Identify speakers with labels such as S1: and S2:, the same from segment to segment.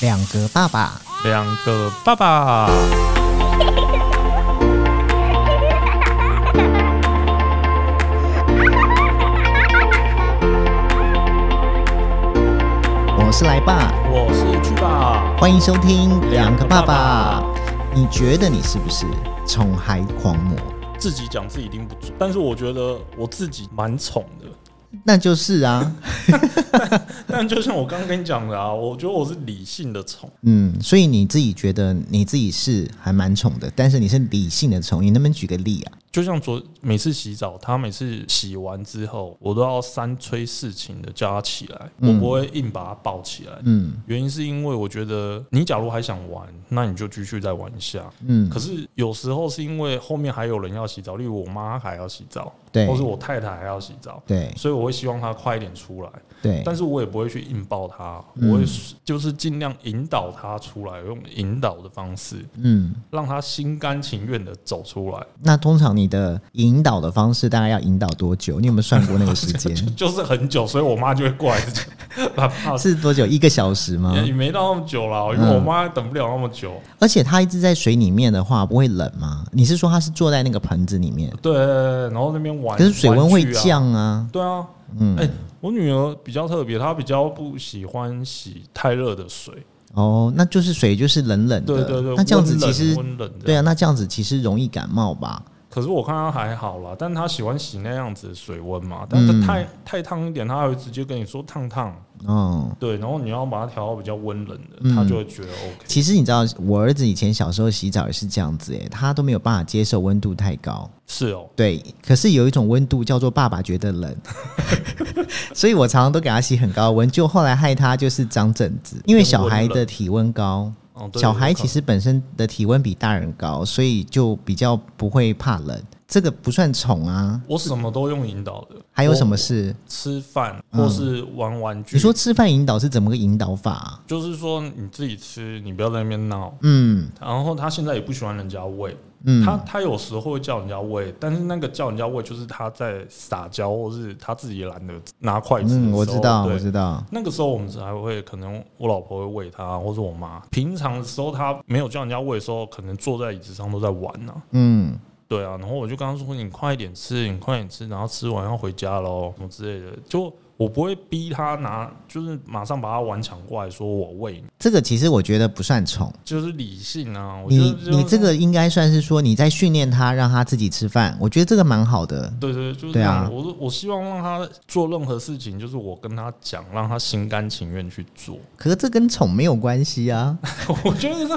S1: 两个爸爸，
S2: 两个爸爸，
S1: 我是来爸，
S2: 我是去吧。
S1: 欢迎收听《两个爸爸》。你觉得你是不是宠孩狂魔？
S2: 自己讲自己一定不足，但是我觉得我自己蛮宠的。
S1: 那就是啊，
S2: 但就像我刚刚跟你讲的啊，我觉得我是理性的宠，
S1: 嗯，所以你自己觉得你自己是还蛮宠的，但是你是理性的宠，你能不能举个例啊？
S2: 就像昨每次洗澡，他每次洗完之后，我都要三催四请的叫他起来，我不会硬把他抱起来。
S1: 嗯
S2: 原因是因为我觉得你假如还想玩，那你就继续再玩一下。
S1: 嗯
S2: 可，是有时候是因为后面还有人要洗澡，例如我妈还要洗澡，
S1: 对
S2: 或是我太太还要洗澡，
S1: 对
S2: 所以我会希望她快一点出来，
S1: 对，嗯
S2: 但是我也不会去硬抱她，我会就是尽量引导她出来，用引导的方式
S1: 嗯，
S2: 让她心甘情愿的走出来，
S1: 那通常你的引导的方式大概要引导多久？你有没有算过那个时 间？
S2: 就是很久，所以我妈就会过来 把她。
S1: 是多久？一个小时吗？
S2: 也没到那么久啦，
S1: 嗯
S2: 因为我妈等不了那么久。
S1: 而且它一直在水里面的话，不会冷吗？你是说它是坐在那个盆子里面？
S2: 对，然后那边玩，
S1: 可是水温会
S2: 玩具啊
S1: 降啊。
S2: 对啊，
S1: 嗯
S2: 哎、我女儿比较特别，她比较不喜欢洗太热的水。
S1: 哦，那就是水就是冷冷的。
S2: 对对对，
S1: 那这样子
S2: 温
S1: 其
S2: 冷
S1: 实
S2: 温冷的。
S1: 对啊，那这样子其实容易感冒吧？
S2: 可是我看她还好啦，但她喜欢洗那样子的水温嘛，但是
S1: 嗯
S2: 太太烫一点，她还会直接跟你说烫烫。
S1: 哦。
S2: 对，然后你要把它调到比较温冷的，
S1: 嗯
S2: 她就会觉得 OK。
S1: 其实你知道，我儿子以前小时候洗澡也是这样子，诶，他都没有办法接受温度太高。
S2: 是哦，
S1: 对，可是有一种温度叫做爸爸觉得 冷，所以我常常都给他洗很高的温，就后来害他就是长疹子，因为小孩的体温高，
S2: 哦，对
S1: 小孩其
S2: 我
S1: 实本身的体温比大人高，所以就比较不会怕冷，这个不算宠啊。
S2: 看我什么都用引导的。
S1: 还有什么
S2: 我
S1: 事？
S2: 吃饭
S1: 嗯
S2: 或是玩玩具？
S1: 你说吃饭引导是怎么个引导法啊、
S2: 就是说你自己吃，你不要在那边闹。
S1: 嗯
S2: 然后她现在也不喜欢人家喂，
S1: 嗯，
S2: 他他有时候会叫人家喂，但是那个叫人家喂就是他在撒娇，或是他自己也懒得拿筷子的时候。
S1: 嗯，我知道，
S2: 对
S1: 我知道，
S2: 那个时候我们才会可能我老婆会喂他，或是我妈。平常的时候他没有叫人家喂的时候，可能坐在椅子上都在玩呢、
S1: 嗯
S2: 对啊，然后我就跟他说：“你快一点吃，你快点吃，然后吃完要回家喽，什么之类的。”就我不会逼他拿，就是马上把他碗抢过来说我喂你，
S1: 这个其实我觉得不算宠。
S2: 就是理性啊。我觉
S1: 你
S2: 得就是
S1: 你这个应该算是说你在训练他，让他自己吃饭，我觉得这个蛮好的。
S2: 对对，就是这
S1: 对啊
S2: 样。我我希望让他做任何事情，就是我跟他讲，让他心甘情愿去做。
S1: 可是这跟宠没有关系啊，
S2: 我觉得是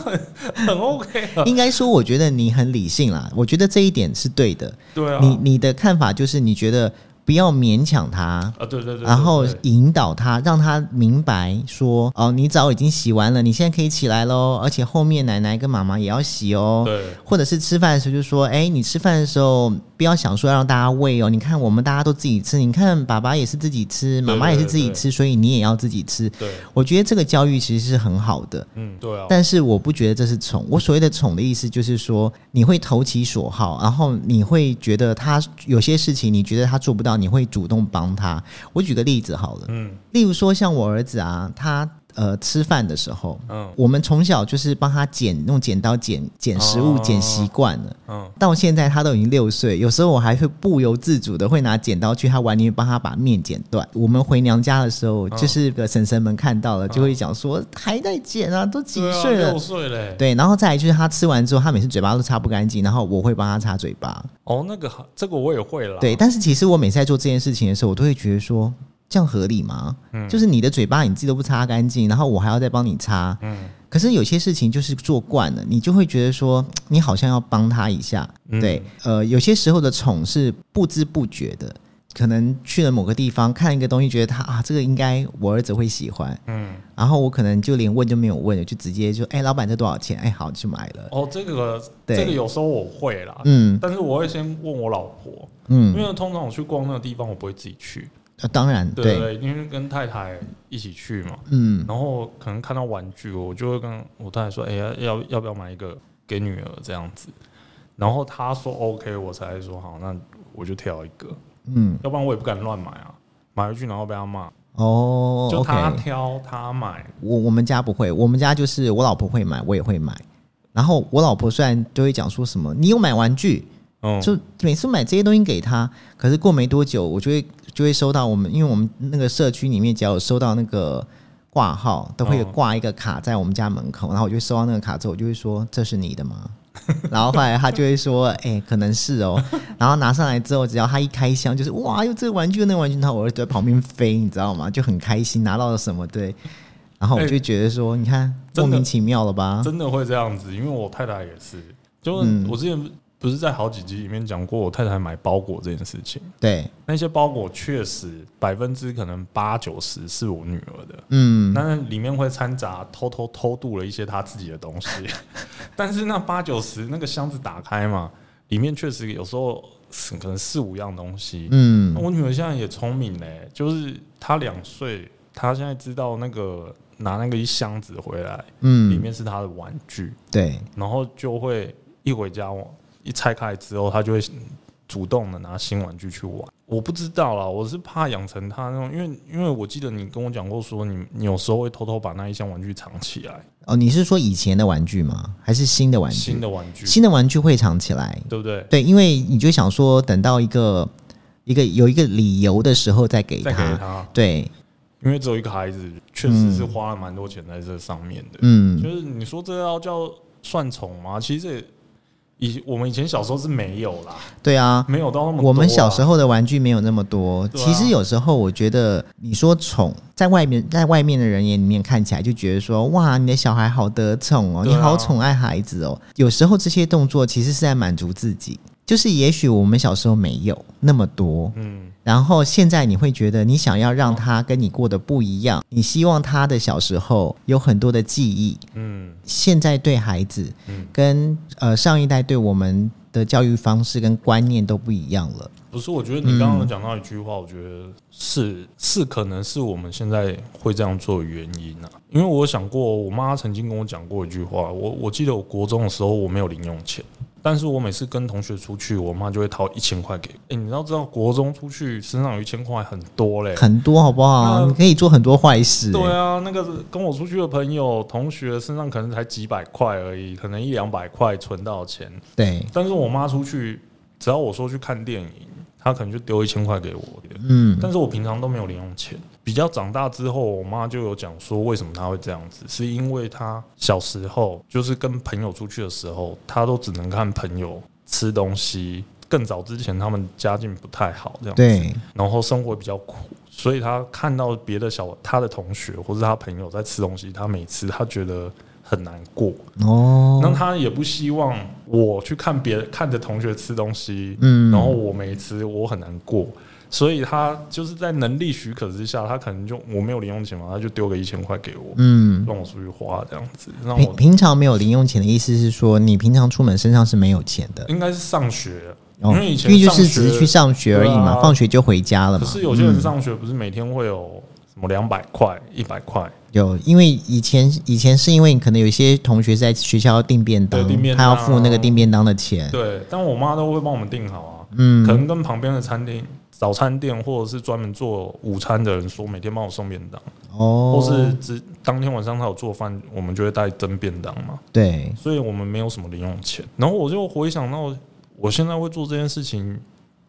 S2: 很很 OK 啊的。
S1: 应该说我觉得你很理性啦，我觉得这一点是对的。
S2: 对啊，
S1: 你你的看法就是你觉得不要勉强他。
S2: 啊，对对对对，
S1: 然后
S2: 对
S1: 引导他，让他明白说，哦，你澡已经洗完了，你现在可以起来喽，而且后面奶奶跟妈妈也要洗哦。
S2: 对
S1: 或者是吃饭的时候就说，哎、你吃饭的时候不要想说要让大家喂哦，你看我们大家都自己吃，你看爸爸也是自己吃，妈妈也是自己吃，所以你也要自己吃。
S2: 对，
S1: 我觉得这个教育其实是很好的，
S2: 嗯，对啊，
S1: 但是我不觉得这是宠。我所谓的宠的意思就是说，你会投其所好，然后你会觉得他有些事情你觉得他做不到，你会主动帮他。我举个例子好了，
S2: 嗯
S1: 例如说像我儿子啊，他呃吃饭的时候，
S2: 嗯
S1: 我们从小就是帮他剪，用剪刀剪剪食物，
S2: 哦
S1: 剪习惯了。
S2: 嗯，
S1: 到现在他都已经六岁，有时候我还会不由自主的会拿剪刀去他碗里面帮他把面剪断。我们回娘家的时
S2: 嗯
S1: 候，就是个婶婶们看到了，就会讲说还在剪啊，都几
S2: 对啊
S1: 岁了
S2: 六。岁嘞。
S1: 对，然后再来就是他吃完之后，他每次嘴巴都擦不干净，然后我会帮他擦嘴巴。
S2: 哦，那个好这个我也会啦。
S1: 对，但是其实我每次在做这件事情的时候，我都会觉得说，这样合理吗？
S2: 嗯
S1: 就是你的嘴巴你自己都不擦干净，然后我还要再帮你擦。
S2: 嗯
S1: 可是有些事情就是做惯了，你就会觉得说，你好像要帮他一下。
S2: 嗯
S1: 对，呃，有些时候的宠是不知不觉的。可能去了某个地方看一个东西，觉得他啊，这个应该我儿子会喜欢，
S2: 嗯，
S1: 然后我可能就连问就没有问，就直接就哎，老板这多少钱？哎，好就买了。
S2: 哦，这个
S1: 对
S2: 这个有时候我会啦，
S1: 嗯
S2: 但是我会先问我老婆，因
S1: 嗯，
S2: 为通常我去逛那个地方，我不会自己去，
S1: 啊当然
S2: 对
S1: 对，
S2: 对，因为跟太太一起去嘛，
S1: 嗯
S2: 然后可能看到玩具，我就会跟我太太说，哎、呀，要要不要买一个给女儿这样子，然后她说 OK，我才说好，那我就挑一个，
S1: 嗯
S2: 要不然我也不敢乱买啊，买回去然后被她骂，
S1: 哦
S2: 就
S1: ，OK，
S2: 她挑她买，
S1: 我我们家不会，我们家就是我老婆会买，我也会买。然后我老婆虽然就会讲说什么，你有买玩具，
S2: 嗯，
S1: 就每次买这些东西给她，可是过没多久，我就会就会收到我们，因为我们那个社区里面只要有收到那个挂号，都会有
S2: 哦
S1: 挂一个卡在我们家门口，然后我就会收到那个卡之后，我就会说这是你的吗？ 然后后来她就会说，哎、可能是哦。 然后拿上来之后，只要她一开箱，就是哇，又这个玩具又那个玩具，然后我儿子在旁边飞，你知道吗？就很开心拿到了什么，对。然后我
S2: 哎
S1: 就觉得说，你看
S2: 真
S1: 莫
S2: 的
S1: 名其妙了吧？
S2: 真的会这样子，因为我太太也是，就是
S1: 啊嗯
S2: 我之前不是在好几集里面讲过我太太买包裹这件事情，
S1: 对，
S2: 那些包裹确实百分之可能八九十是我女儿的，
S1: 嗯，
S2: 那里面会掺杂偷偷偷渡了一些她自己的东西， 但是那八九十那个箱子打开嘛，里面确实有时候是可能四五样东西，
S1: 嗯
S2: 那，我女儿现在也聪明嘞、就是她两岁，她现在知道那个拿那个一箱子回来，
S1: 嗯
S2: 里面是她的玩具。
S1: 对，
S2: 然后就会一回家我一拆开之后，他就会主动的拿新玩具去玩。我不知道啦，我是怕养成他那种，因为因为我记得你跟我讲过说你你有时候会偷偷把那一箱玩具藏起来，
S1: 哦，你是说以前的玩具吗？还是新的玩具？
S2: 新的玩具，
S1: 新的玩具会藏起来，
S2: 对不对？
S1: 对，因为你就想说，等到一个一个有一个理由的时候再给
S2: 再
S1: 他。
S2: 给他，
S1: 对，
S2: 因为只有一个孩子，确实是花了蛮多钱在这上面的。
S1: 嗯，
S2: 就是你说这要叫算宠吗？其实也以我们以前小时候是没有啦，
S1: 对啊，
S2: 没有到那么多啊、
S1: 我们小时
S2: 候
S1: 候的玩具没有那么多。
S2: 对啊
S1: 其实有时候我觉得，你说宠，在外面在外面的人眼里面看起来就觉得说，哇，你的小孩好得宠哦，
S2: 对
S1: 你
S2: 啊
S1: 好宠爱孩子哦。有时候这些动作其实是在满足自己，就是也许我们小时候没有那么多，
S2: 嗯，
S1: 然后现在你会觉得你想要让他跟你过得不一样，你希望他的小时候有很多的记忆。
S2: 嗯
S1: 现在对孩子
S2: 嗯，
S1: 跟呃上一代对我们的教育方式跟观念都不一样了。
S2: 不是，我觉得你刚
S1: 嗯
S2: 刚讲到一句话，我觉得是是可能是我们现在会这样做的原因啊。因为我想过，我妈曾经跟我讲过一句话，我我记得我国中的时候我没有零用钱，但是我每次跟同学出去，我妈就会掏一千块给我。哎、你要知道，国中出去身上有一千块很多嘞。
S1: 很多好不好？
S2: 那
S1: 你可以做很多坏事、
S2: 对啊，那个跟我出去的朋友、同学身上可能才几百块而已，可能一两百块存到的钱，
S1: 对，
S2: 但是我妈出去，只要我说去看电影，她可能就丢一千块给我。
S1: 嗯，
S2: 但是我平常都没有零用钱。比较长大之后，我妈就有讲说，为什么她会这样子，是因为她小时候就是跟朋友出去的时候，她都只能看朋友吃东西。更早之前，他们家境不太好，这样子，
S1: 对，
S2: 然后生活比较苦，所以她看到别的小她的同学或是她朋友在吃东西，她每次她觉得很难过，那
S1: 哦，
S2: 她也不希望我去看别看着同学吃东西，
S1: 嗯，
S2: 然后我没吃，我很难过。所以他就是在能力许可之下，他可能就我没有零用钱嘛，他就丢个一千块给我，
S1: 嗯，
S2: 让我出去花这样子，让
S1: 平
S2: 我
S1: 平常没有零用钱的意思是说，你平常出门身上是没有钱的，
S2: 应该是上学，
S1: 哦
S2: 因为以前
S1: 因为就是
S2: 上学
S1: 只是去上学而已嘛，
S2: 对啊
S1: 放学就回家了
S2: 可
S1: 嘛。
S2: 是有些人
S1: 嗯
S2: 上学不是每天会有什么两百块、一百块，
S1: 有，因为以前以前是因为可能有一些同学在学校要订便当，
S2: 对订便
S1: 他要
S2: 当啊
S1: 付那个订便当的钱。
S2: 对，但我妈都会帮我们订好啊，可
S1: 嗯，
S2: 能跟旁边的餐厅、早餐店或者是专门做午餐的人说，每天帮我送便当，
S1: 哦，
S2: 或是只当天晚上他有做饭，我们就会带蒸便当嘛。
S1: 对，
S2: 所以我们没有什么零用钱。然后我就回想到，我现在会做这件事情，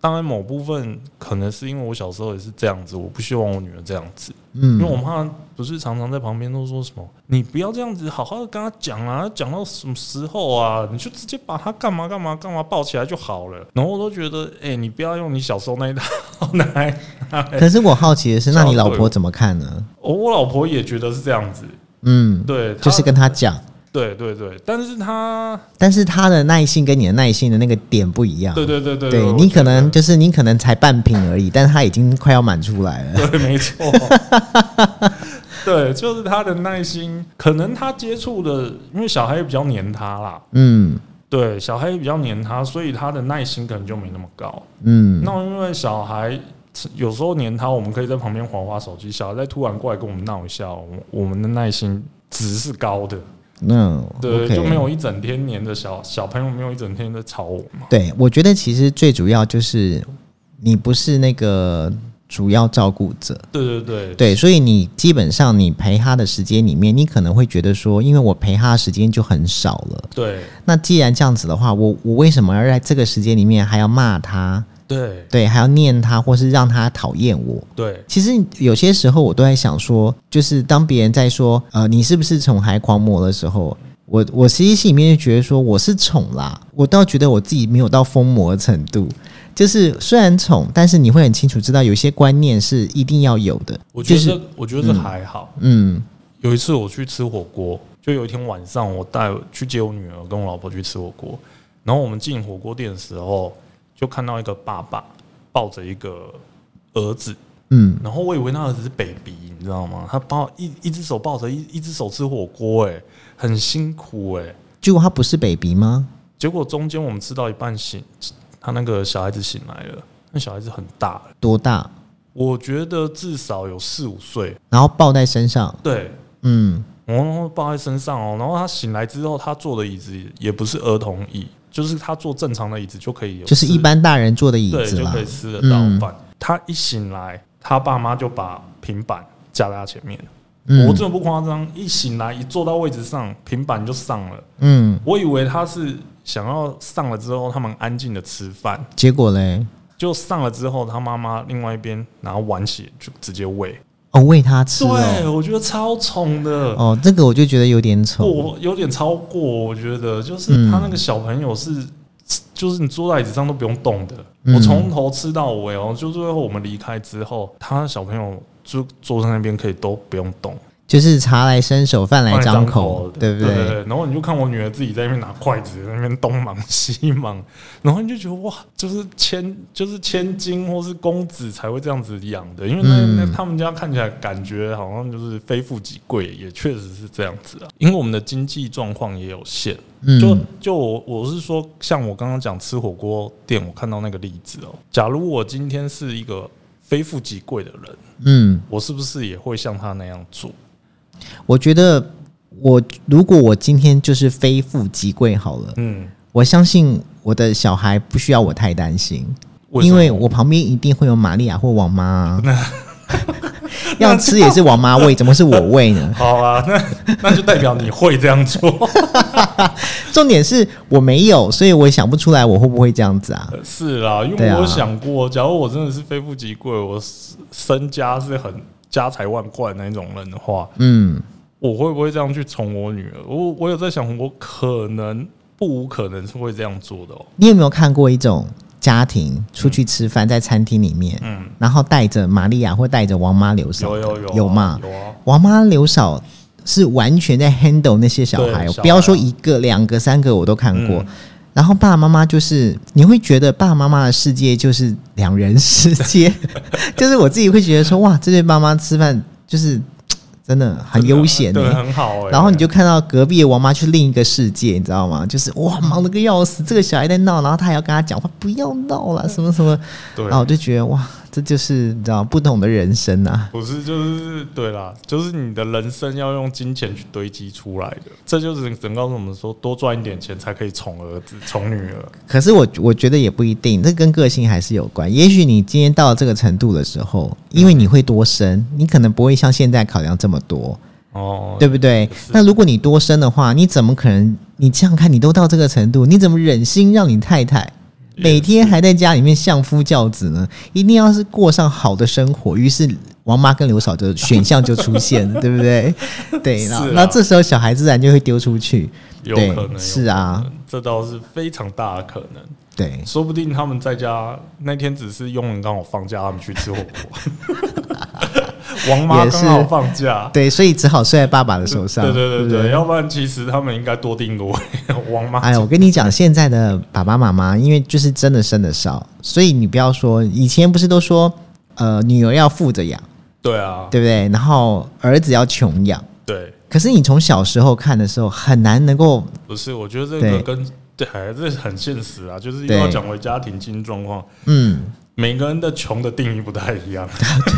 S2: 当然某部分可能是因为我小时候也是这样子，我不希望我女儿这样子，因为我
S1: 嗯，
S2: 妈不是常常在旁边都说什么“你不要这样子，好好的跟她讲啊，讲到什么时候啊，你就直接把她干嘛干嘛干嘛抱起来就好了。”然后我都觉得，哎、你不要用你小时候那一套 来。哎
S1: 可是我好奇的是，那你
S2: 校
S1: 老
S2: 队
S1: 婆怎么看呢？
S2: 我我老婆也觉得是这样子，
S1: 嗯，
S2: 对，
S1: 就是
S2: 她
S1: 跟他讲，
S2: 对对对，但是他，
S1: 但是他的耐性跟你的耐性的那个点不一样。
S2: 对对对对，
S1: 对
S2: 我
S1: 你
S2: 觉
S1: 可能
S2: 得
S1: 就是你可能才半瓶而已，但是他已经快要满出来了。
S2: 对，没错。 对，就是他的耐心，可能他接触的，因为小孩也比较黏他啦，
S1: 嗯
S2: 对，小孩也比较黏他，所以他的耐心可能就没那么高。
S1: 嗯，
S2: 那因为小孩有时候黏他，我们可以在旁边划划手机，小孩再突然过来跟我们闹一下，我们我们的耐心值是高的，
S1: 那
S2: 对
S1: OK
S2: 就没有一整天黏着小小朋友，没有一整天在吵我嘛。
S1: 对，我觉得其实最主要就是你不是那个主要照顾者，
S2: 对对对
S1: 对，所以你基本上你陪他的时间里面，你可能会觉得说，因为我陪他的时间就很少了。
S2: 对
S1: 那既然这样子的话，我我为什么要在这个时间里面还要骂他？
S2: 对
S1: 对，还要念他，或是让他讨厌我？
S2: 对
S1: 其实有些时候我都在想说，就是当别人在说呃你是不是宠还狂魔的时候，我我实际心里面就觉得说我是宠啦，我倒觉得我自己没有到疯魔的程度。就是虽然宠，但是你会很清楚知道有些观念是一定要有的。
S2: 我觉得、
S1: 就是
S2: 我觉得这还好。
S1: 嗯
S2: 有一次我去吃火锅，就有一天晚上我带去接我女儿跟我老婆去吃火锅，然后我们进火锅店的时候，就看到一个爸爸抱着一个儿子，
S1: 嗯，
S2: 然后我以为那儿子是 baby，你知道吗？他抱一一只手抱着一一只手吃火锅，哎，很辛苦哎、
S1: 结果他不是 baby 吗？
S2: 结果中间我们吃到一半醒，他那个小孩子醒来了，那小孩子很大了，
S1: 多大？
S2: 我觉得至少有四五岁，
S1: 然后抱在身上，
S2: 对，
S1: 嗯，
S2: 哦然后抱在身上哦，然后他醒来之后，他坐的椅子也不是儿童椅，就是他坐正常的椅子就可以有吃，
S1: 就是一般大人坐的椅
S2: 对
S1: 子
S2: 就
S1: 啦嗯
S2: 可以。吃得到饭。他一醒来，他爸妈就把平板架在他前面，我
S1: 嗯
S2: 真的不夸张，一醒来一坐到位置上，平板就上了。
S1: 嗯，
S2: 我以为他是想要上了之后，他们安静的吃饭，
S1: 结果嘞，
S2: 就上了之后，他妈妈另外一边拿碗起就直接喂，
S1: 哦，喂他吃
S2: 对
S1: 哦，
S2: 我觉得超宠的。
S1: 哦，这个我就觉得有点丑。
S2: 过有点超过，我觉得就是他那个小朋友是，就是你坐在椅子上都不用动的，
S1: 嗯
S2: 我从头吃到尾哦，就最后我们离开之后，他的小朋友就坐在那边可以都不用动，
S1: 就是茶来伸手，饭来张口，
S2: 的
S1: 对不
S2: 对
S1: 对？
S2: 对？然后你就看我女儿自己在那边拿筷子，在那边东忙西忙，然后你就觉得哇，就是千就是千金或是公子才会这样子养的，因为那、
S1: 嗯
S2: 那他们家看起来感觉好像就是非富即贵，也确实是这样子啊。因为我们的经济状况也有限，
S1: 嗯，
S2: 就就我我是说，像我刚刚讲吃火锅店，我看到那个例子哦、假如我今天是一个非富即贵的人，
S1: 嗯，
S2: 我是不是也会像他那样做？
S1: 我觉得我如果我今天就是非富即贵好了，
S2: 嗯，
S1: 我相信我的小孩不需要我太担心，
S2: 什
S1: 因
S2: 么
S1: 为我旁边一定会有玛利亚或王妈啊、要吃也是王妈喂，怎么是我喂呢？
S2: 好啊，那那就代表你会这样 做，
S1: 重点是我没有，所以我想不出来我会不会这样子啊？
S2: 是啦，因
S1: 对
S2: 为
S1: 啊
S2: 我有想过，假如我真的是非富即贵，我身家是很家财万贯那一种人的话，
S1: 嗯，
S2: 我会不会这样去宠我女儿？我我有在想，我可能不无可能是会这样做的哦、
S1: 你有没有看过一种家庭出去吃饭，在餐厅里面，
S2: 嗯，
S1: 然后带着玛利亚或带着王妈留
S2: 有
S1: 守的？
S2: 有有啊
S1: 有嘛？
S2: 有啊，
S1: 王妈刘嫂是完全在 handle 那些小孩，哦，
S2: 对小孩啊
S1: 不要说一个、两个、三个，我都看过。
S2: 嗯
S1: 然后爸爸妈妈就是，你会觉得爸爸妈妈的世界就是两人世 界，就是我自己会觉得说，哇，这对妈妈吃饭就是嘖真的很悠闲
S2: 啊对，
S1: 欸
S2: 很好哎、
S1: 然后你就看到隔壁的王妈去另一个世界，你知道吗？就是哇，忙得个要死，这个小孩在闹，然后他还要跟他讲话，不要闹了，什么什么。
S2: 对
S1: 然后我就觉得哇，这就是你知道不同的人生啊。
S2: 不是，就是对啦，就是你的人生要用金钱去堆积出来的，这就是只能告诉我们说，多赚一点钱才可以宠儿子、宠女儿。
S1: 可是我我觉得也不一定，这跟个性还是有关。也许你今天到了这个程度的时候，因为你会多生，你可能不会像现在考量这么多，
S2: 哦，
S1: 对不对
S2: 是？
S1: 那如果你多生的话，你怎么可能？你这样看，你都到这个程度，你怎么忍心让你太太每天还在家里面相夫教子呢？一定要是过上好的生活。于是王妈跟刘嫂的选项就出 现了，对不对？对，
S2: 是
S1: 那
S2: 啊
S1: 那这时候小孩自然就会丢出去，
S2: 有可能有可
S1: 对
S2: 能
S1: 是啊，
S2: 这倒是非常大的可能。
S1: 对。
S2: 说不 定他们在家那天只是佣人刚好放假，他们去吃火锅。王妈
S1: 也
S2: 刚
S1: 是
S2: 好放假，
S1: 对，所以只好睡在爸爸的手上。
S2: 对对
S1: 不
S2: 对对，要不然其实他们应该多订个位。王妈，
S1: 哎呀，我跟你讲，现在的爸爸妈妈，因为就是真的生的少，所以你不要说，以前不是都说，呃，女儿要富着养，
S2: 对啊，
S1: 对不对？然后儿子要穷养。
S2: 对，
S1: 可是你从小时候看的时候，很难能够
S2: 不是，我觉得这
S1: 对
S2: 个跟对，哎这很现实啊，就是又
S1: 对
S2: 要讲回家庭经济状况，
S1: 嗯，
S2: 每个人的穷的定义不太一样，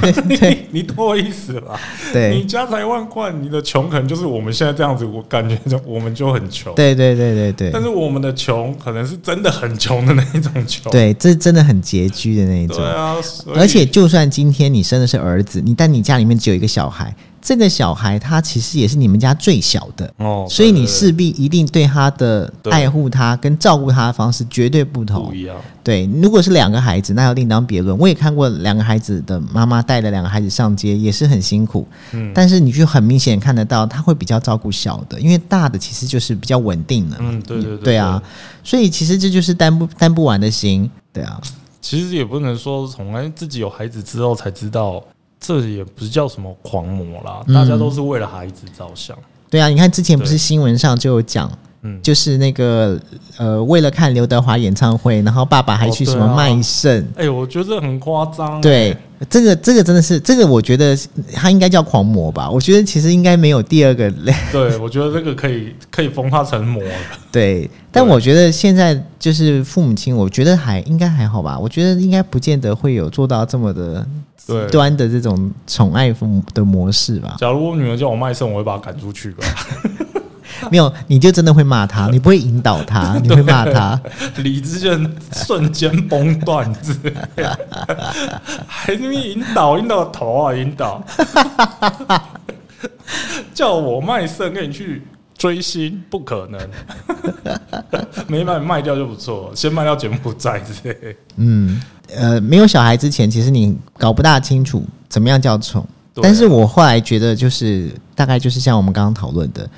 S1: 对
S2: 你懂我意思吧？你
S1: 对
S2: 家财万贯，你的穷可能就是我们现在这样子，我感觉就我们就很穷。
S1: 对对对对
S2: 但
S1: 对
S2: 是我们的穷可能是真的很穷的那一种穷，
S1: 对，这真的很拮据的那一种
S2: 对。啊，所以
S1: 而且就算今天你生的是儿子，你但你家里面只有一个小孩，这个小孩他其实也是你们家最小的，
S2: 哦，
S1: 所以你
S2: 对
S1: 势必一定对他的
S2: 对
S1: 爱护他跟照顾他的方式绝对不
S2: 对对
S1: 同
S2: 不。一样，
S1: 对，如果是两个孩子，那要另当别论。我也看过两个孩子的妈妈带了两个孩子上街，也是很辛苦。
S2: 嗯
S1: 但是你就很明显看得到，他会比较照顾小的，因为大的其实就是比较稳定的。
S2: 嗯，对对对
S1: 对啊，，所以其实这就是担不担不完的心。对啊，
S2: 其实也不能说从哎自己有孩子之后才知道，这也不是叫什么狂魔啦，
S1: 嗯
S2: 大家都是为了孩子着想，
S1: 对啊，你看之前不是
S2: 对
S1: 新闻上就有讲，
S2: 嗯，
S1: 就是那个呃，为了看刘德华演唱会，然后爸爸还去
S2: 哦对
S1: 什
S2: 啊
S1: 么卖肾。
S2: 哎、我觉得很夸张、
S1: 对，这个这个真的是，这个我觉得他应该叫狂魔吧。我觉得其实应该没有第二个 类。
S2: 对，我觉得这个可以可以封他 成魔了，
S1: 对，但
S2: 对
S1: 我觉得现在就是父母亲，我觉得还应该还好吧。我觉得应该不见得会有做到这么的
S2: 对。
S1: 端的这种宠爱父母的模式吧。
S2: 假如我女儿叫我卖肾，我会把她赶出去吧，
S1: 没有，你就真的会骂他，你不会引导他，你会骂他。
S2: 理智线瞬间崩断之类的，还那边引导引导头啊引导，叫我卖肾跟你去追星不可能， 没卖卖掉就不错，先卖到柬埔寨之类的。
S1: 嗯，呃，没有小孩之前，其实你搞不大清楚怎么样叫宠。
S2: 对啊
S1: 但是我后来觉得，就是大概就是像我们刚刚讨论的，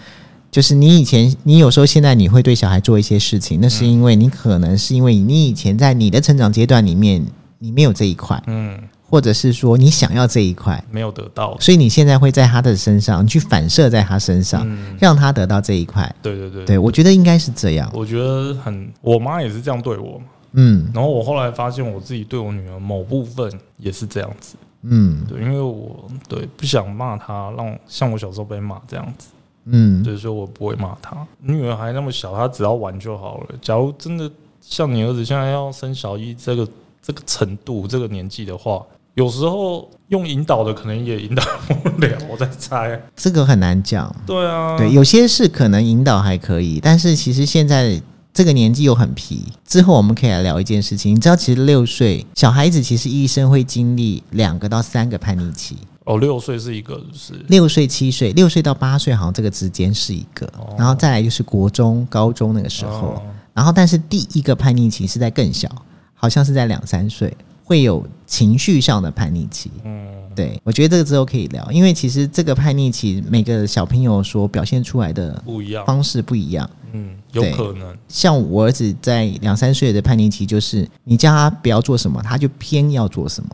S1: 就是你以前，你有时候现在你会对小孩做一些事情，那是因为你可能是因为你以前在你的成长阶段里面，你没有这一块，
S2: 嗯，
S1: 或者是说你想要这一块，
S2: 没有得到，
S1: 所以你现在会在他的身上，你去反射在他身上，
S2: 嗯，
S1: 让他得到这一块。
S2: 对对对，
S1: 啊对，我觉得应该是这样。
S2: 我觉得很，我妈也是这样对我嘛，
S1: 嗯
S2: 然后我后来发现我自己对我女儿某部分也是这样子。
S1: 嗯
S2: 对，因为我对不想骂他，让我像我小时候被骂这样子，
S1: 嗯，
S2: 所以说我不会骂他。女儿还那么小，她只要玩就好了。假如真的像你儿子现在要生小一这个这个程度、这个年纪的话，有时候用引导的可能也引导不了，我在猜。
S1: 这个很难讲。
S2: 对啊，
S1: 对，有些是可能引导还可以，但是其实现在这个年纪又很皮。之后我们可以来聊一件事情，你知道，其实六岁小孩子其实一生会经历两个到三个叛逆期，
S2: 哦，六岁是一个，就是
S1: 六岁、七岁、六岁到八岁，好像这个之间是一个，然后再来就是国中、高中那个时候，
S2: 哦
S1: 然后但是第一个叛逆期是在更小，好像是在两三岁会有情绪上的叛逆期。
S2: 嗯，
S1: 对，我觉得这个之后可以聊，因为其实这个叛逆期每个小朋友所表现出来的
S2: 不一样，
S1: 方式不一样。
S2: 嗯，有
S1: 对
S2: 可能，
S1: 像我儿子在两三岁的叛逆期，就是你叫他不要做什么，他就偏要做什么。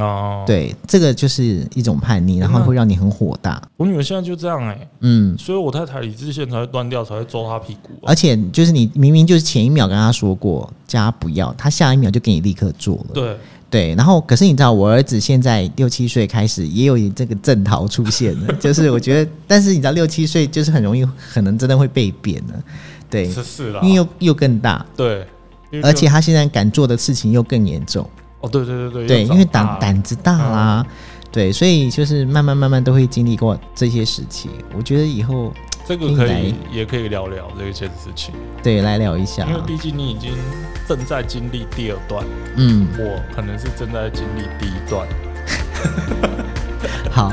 S2: 哦，，
S1: 对，这个就是一种叛逆，然后会让你很火大。
S2: 我女儿现在就这样哎、
S1: 嗯，
S2: 所以我太太理智线才会断掉，才会揍她屁股、啊
S1: 而。且就是你明明就是前一秒跟他说过叫他不要，他下一秒就给你立刻做了。
S2: 对，
S1: 对，然后可是你知道，我儿子现在六七岁开始也有这个正逃出现 了，就是我觉得，但是你知道六七岁就是很容易，可能真的会被扁的。对，
S2: 是啊是啦，
S1: 因为又又更大，
S2: 对，因为
S1: 而
S2: 就
S1: 且他现在敢做的事情又更严重。
S2: 哦，对对对对
S1: 对，
S2: 又
S1: 因为胆
S2: 长大了嗯
S1: 胆子大啦，对，所以就是慢慢慢慢都会经历过这些时期。我觉得以后
S2: 这个可以
S1: 应
S2: 也可以聊聊这件事情，
S1: 对啊来聊一下
S2: 因，为毕竟你已经正在经历第二段，
S1: 嗯，
S2: 我可能是正在经历第一段，
S1: 好，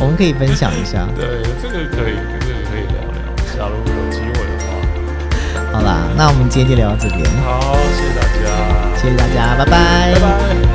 S1: 我们可以分享一 下，
S2: 对，这个可以，这个可以聊聊，假如有机会的话，
S1: 好啦，那我们今天就聊到这边，
S2: 好，谢谢大家，
S1: 谢谢大家，
S2: 拜拜。